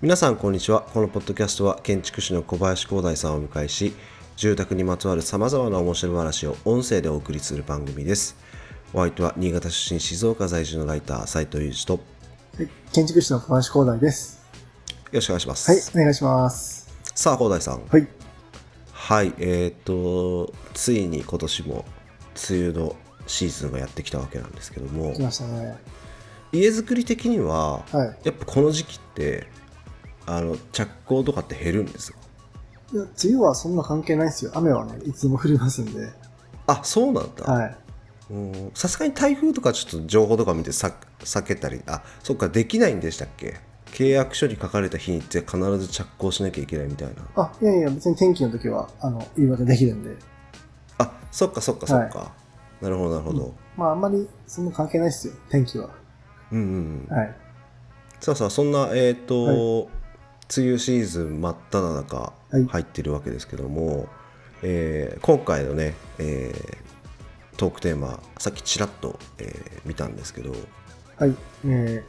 皆さんこんにちはこのポッドキャストは建築士の小林光大さんをお迎えし住宅にまつわるさまざまな面白話を音声でお送りする番組ですお相手は新潟出身静岡在住のライター斉藤裕二とよ建築士の小林光大です。ろしくお願いします、はい、お願いします。さあ光大さんはい。はいえっ、とついに今年も梅雨のシーズンがやってきたわけなんですけども来ましたね。家づくり的には、はいやっぱこの時期ってあの着工とかって減るんですかいや梅雨はそんな関係ないですよ。雨はね、いつでも降りますんで。あそうなんだ、はい。うんさすがに台風とかちょっと情報とか見てさ避けたりあそっかできないんでしたっけ契約書に書かれた日にって必ず着工しなきゃいけないみたいなあ、いやいや、別に天気の時は、あの、言い訳できるんで。あそっかそっかそっか、なるほどなるほど、まあ、あんまりそんな関係ないですよ。天気は。うん、うんうんはい。さあさあそんなえっ、と、梅雨シーズン真っ只中はい入ってるわけですけども、えー今回のね、えートークテーマさっきちらっと、えー見たんですけどはい。え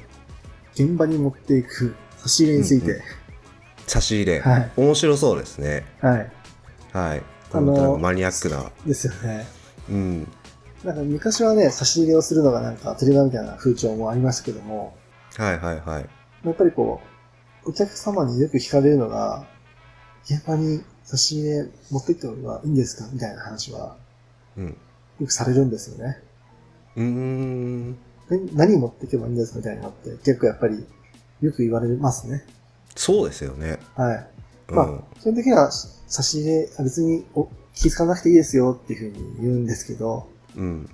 ー、現場に持っていく 差し入れについて。うん差し入れ、はい面白そうですねはい。はいあこれまのーたなんかマニアックなですよね。うんなんか昔はね、差し入れをするのがなんか当たり前みたいな風潮もありましたけども、はいはいはいやっぱりこう、お客様によく聞かれるのが、現場に差し入れ持って行った方がいいんですかみたいな話はうんよくされるんですよね。うーんえ何持っていけばいいんですかみたいなのって結構やっぱりよく言われますね。そうですよねはい。うん、まあ基本的には差し入れ、あ別にお気づかなくていいですよっていうふうに言うんですけど、うん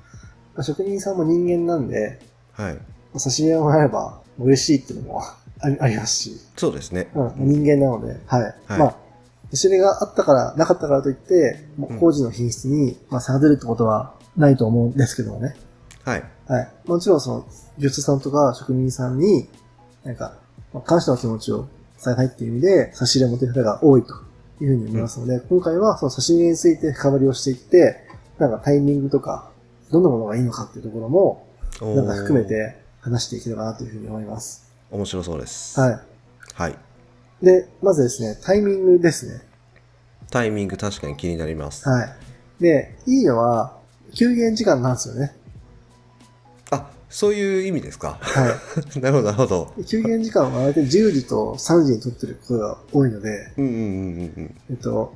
まあ、職人さんも人間なんで、はいまあ差し入れをもらえば嬉しいっていうのも ありありますし。そうですね、うん、人間なので、はい。はいまあ、それがあったから、なかったからといって、もうんう工事の品質に、まあ、差が出るってことはないと思うんですけどもね。はいはい。もちろん、その、技術さんとか職人さんに、なんか、まあ、感謝の気持ちを伝えたいっていう意味で、差し入れを持っている方が多いというふうに思いますので、今回はその差し入れについて深掘りをしていって、なんかタイミングとか、どんなものがいいのかっていうところも、おーなんか含めて話していければなというふうに思います。面白そうですはい。はいで、まずですね、タイミングですね。タイミング確かに気になります、はい。で、いいのは、休憩時間なんですよね。あそういう意味ですか はなるほどなるほどい。休憩時間は大体10時と3時に取ってることが多いので、うんうんうんうんうんえっと、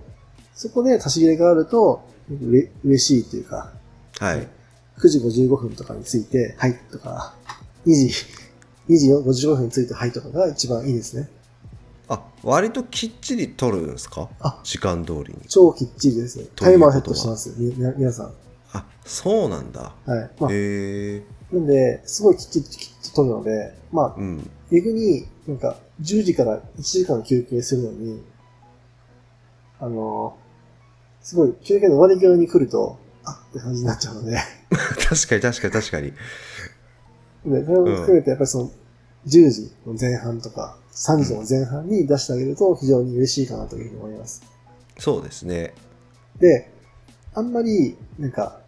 そこで差し入れがあると、うれ嬉しいというか、はい9時55分とかについて、はいとか、2時、2時55分について、はいとかが一番いいですね。あ割ときっちり取るんですかあ時間通りに超きっちりですね。とタいイうことマはーセットしてますよ、みみ皆さん。あそうなんだはい。まあ、へえなんで、すごいきっちりきっと取るので、まあ、うん 逆に、なんか、10時から1時間休憩するのに、あのーすごい、休憩の終わり際に来ると、あって感じになっちゃうので、確かに確かに確かに で、それも含めて、やっぱりその、10時の前半とか、3時の前半に出してあげると非常に嬉しいかなというふうに思います。そうですねで、あんまり、なんか、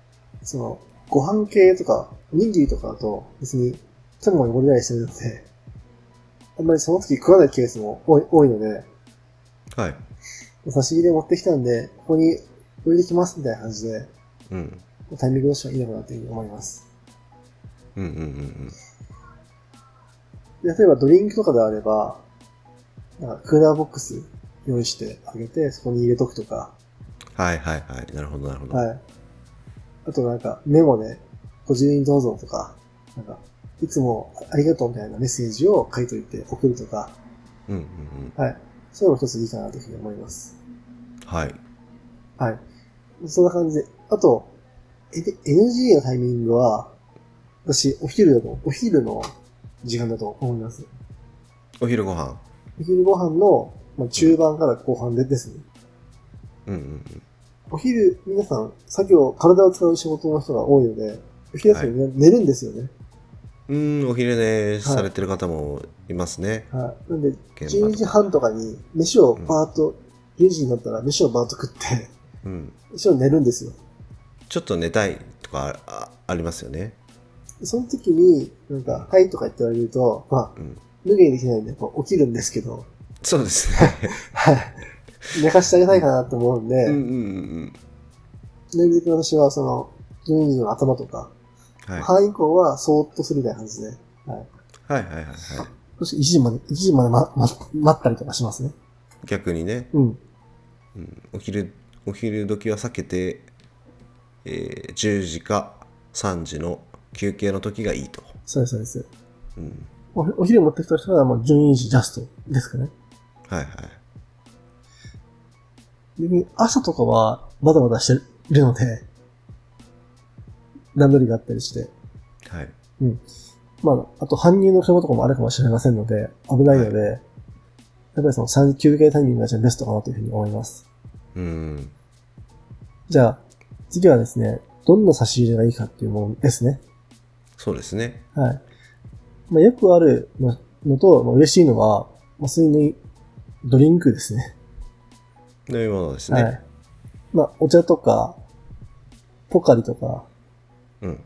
その、ご飯系とか、おにぎりとかだと、別に、手も汚れたりしてるので、あんまりその時食わないケースも多い多いので、はい差し入れ持ってきたんで、ここに置いてきますみたいな感じで、うんタイミングとしてはいいのかなというふうに思います。うんうんうんうんで例えばドリンクとかであれば、なんかクーラーボックス用意してあげて、そこに入れとくとか、はいはいはいなるほどなるほど、はい。あとなんかメモで、ご自由にどうぞとか、なんか、いつもありがとうみたいなメッセージを書いといて送るとか、うんうんうんはい。そういうのも一ついいかなというふうに思います。はいはい。そんな感じで。あと、えで NG のタイミングは、私、お昼だと、お昼の時間だと思います。お昼ご飯お昼ご飯の、まあ、中盤から後半でですね。うんうんうんお昼、皆さん、作業、体を使う仕事の人が多いので、お昼休みみんな寝るんですよね。うーんお昼寝いされてる方もいますね、はい。なんで、現場12と時か半とかに、飯をバーっと、10時になったら飯をバーっと食って、うん、飯を寝るんですよ。ちょっと寝たいとかああありますよねその時に、なんか、はいとか言って言われると、まうあ、ん脱げできないんで、こう起きるんですけど、そうですね。はい。 寝かしてあげたいかなって思うんで、うんうんうんなるべく私はその、ジョニーの頭とか、うん。はい。範囲以降はそーっとするみたいな感じですね。はい。はいはいはいはい。そして1時まで、1時までま、ま、待ったりとかしますね。逆にね、うん。うん、お昼、お昼時は避けて、えー10時か3時の休憩の時がいいと。そうです、そうです。うん。おお昼持ってきた人はもう12時ジャストですかね。はいはい。で、朝とかはバタバタしてるので、段取りがあったりして、はい。まあ、あと搬入の車とかもあるかもしれませんので、危ないので、やっぱりその3休憩タイミングが一番ベストかなというふうに思います。うん。じゃあ、次はですね、どんな差し入れがいいかっていうものですね。そうですね。はい。まあ、よくあるののと、まあ、嬉しいのは、まあ、普通にドリンクですね。飲み物ですね。はい。まあ、お茶とか、ポカリとか、うん。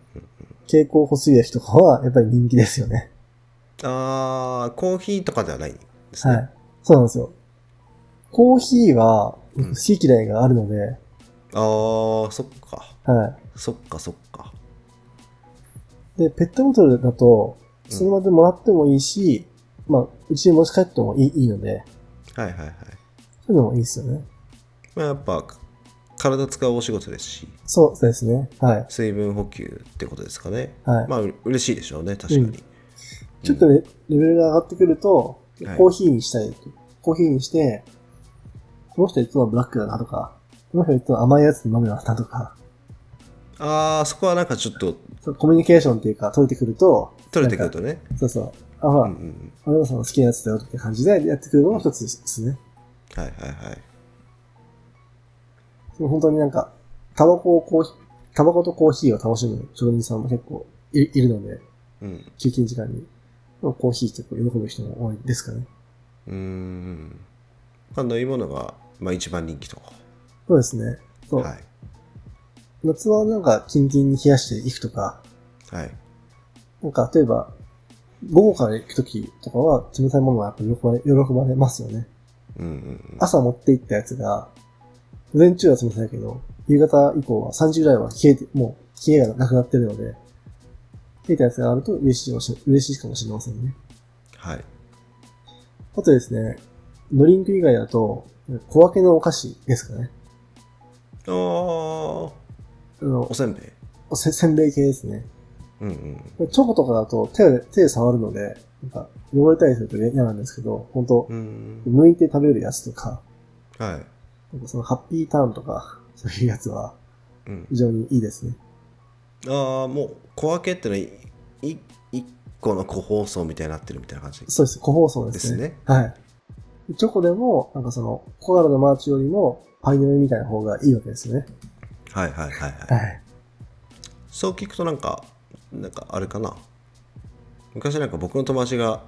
蛍光補水液とかは、やっぱり人気ですよね。あー、コーヒーとかではないんですね。はい。そうなんですよ。コーヒーは、うん好き嫌いがあるので、あー、そっか。はそっかそっか。い。で、ペットボトルだと、その場でもらってもいいし、まあ、うちに持ち帰ってもいいいいので、はいはいはい。そういうのもいいですよね。まあやっぱ、体使うお仕事ですし、そうですね。はい。水分補給ってことですかね。はい。まあ、う嬉しいでしょうね、確かに。ちょっとね、レベルが上がってくるとはい、コーヒーにしたい。コーヒーにして、この人いつもブラックだなとか、この人いつも甘いやつ飲むなとか、あー、そこはなんかちょっとそうコミュニケーションっていうか取れてくると、取れてくるとね。そうそう。あ、ほうらんう、んあなたの好きなやつだよって感じでやってくるのも一つですね。うん。はいはいはい。もう本当になんか、タバコをコーヒー、タバコとコーヒーを楽しむ職人さんも結構いいるので、うん。休憩時間に。コーヒー結構喜ぶ人も多いですかね。うーん。まあ、飲み物が、まあ、一番人気と。そうですね。そう。はい。夏はなんか、キンキンに冷やしていくとか、はい。なんか、例えば、午後から行くときとかは、冷たいものはやっぱ喜ばれ、喜ばれますよね。うんうんうん。朝持って行ったやつが、午前中は冷たいけど、夕方以降は3時ぐらいは冷えて、もう冷えがなくなってるので、冷えたやつがあると嬉しいかもし嬉しいかもしれませんね。はい。あとですね、ドリンク以外だと、小分けのお菓子ですかね。あー、おあの、せんべい。おせせんべい系ですね。うんうん。チョコとかだと手で、手で触るので、なんか汚れたりすると嫌なんですけど、本当うん。剥いて食べるやつとか、はい。なんかそのハッピーターンとか、そういうやつはうん非常にいいですね。ああもう小分けってのはい一個の個包装みたいになってるみたいな感じそうです。個包装でですすね。ね。はい。チョコでも、なんかその、コアラのマーチよりも、パイの実みたいな方がいいわけですよね。はいはいはいはい。はい。そう聞くとなんかなんかあれかな昔なんか僕の友達が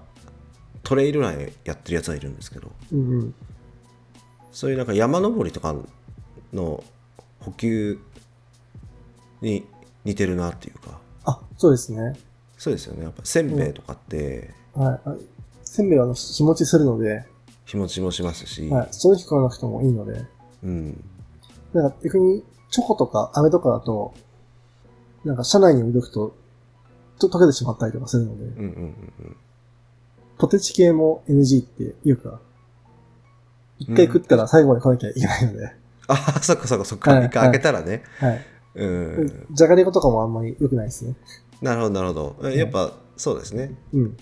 トレイルランやってるやつがいるんですけどうんうん。そういうなんか山登りとかの補給に似てるなっていうかあ、そうですね。そうですよねやっぱせんべいとかってはいあ。せんべいはあの日持ちするので、日持ちもしますし、はい。その日食わなくてもいいので。うんなんか逆に、チョコとか飴とかだと、なんか車内に置いとくと、ちょっと溶けてしまったりとかするので、うんうんうんうんポテチ系も NG っていうか、一回食ったら最後まで食わなきゃいけないので、ああそっかそっかそっかはい一回開けたらねはい。うんじゃがりことかもあんまり良くないですね。なるほどなるほどえやっぱそうですねうん。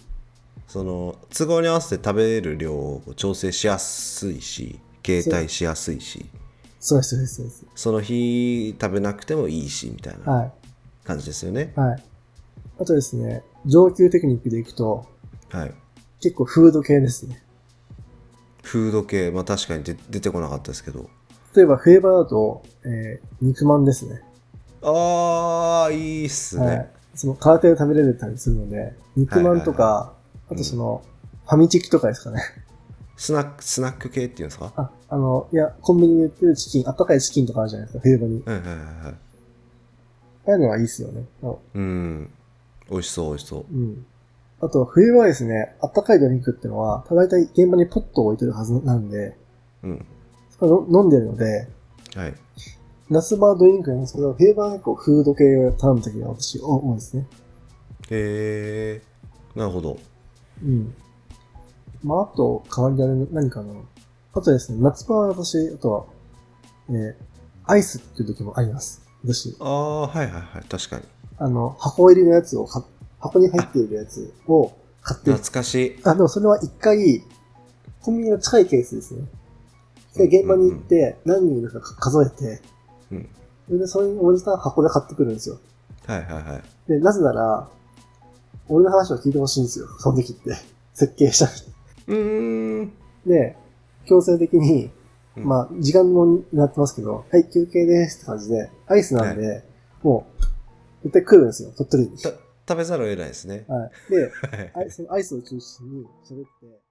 その都合に合わせて食べる量を調整しやすいし携帯しやすいしそうです、そうです、そうです。その日食べなくてもいいしみたいなは感じですよねい。はい。あとですね、上級テクニックでいくと、はい結構フード系ですね。フード系まあ確かにで出てこなかったですけど例えば、フレーバーだと、えー、肉まんですね。あーいいっすね、はい。その、空手で食べれたりするので、肉まんといか、はいあとその、ファミチキとかですかね。スナックスナック系っていうんですかあ、あの、いや、コンビニで売ってるチキン、あったかいチキンとかあるじゃないですか、冬場に。はいはいはいはいああいうのはいいですよね。あのうん美味しそう美味しそううん。ああと、冬はですね、あったかいドリンクってのは、大体現場にポットを置いてるはずなんで、うん。それを飲んでるので、はい。夏場はドリンクなんですけど、冬場は結構フード系を頼むときが私、多多いですね。へー。なるほど。うん。まあ、あと、代わりであれ何かの、あとですね、夏場は私、あとは、えーアイスっていう時もあります。私、ああ、はいはいはい。確かに。あの、箱入りのやつを買っ、箱に入っているやつを買って懐かしい。あ、でもそれは一回、コンビニの近いケースですね。で、現場に行って、何人いるか数えて、うんそれで、それに応じた箱で買ってくるんですよ。はいはいはい。で、なぜなら、俺の話を聞いてほしいんですよ。その時って。設計した人。うーん。で、強制的に、うんまあ、時間もなってますけど、はい、休憩ですって感じで、アイスなんで、もう、絶対来るんですよ、鳥取に。た食べざるを得ないですね。はい。で、はいアイスアイスを中心に喋って、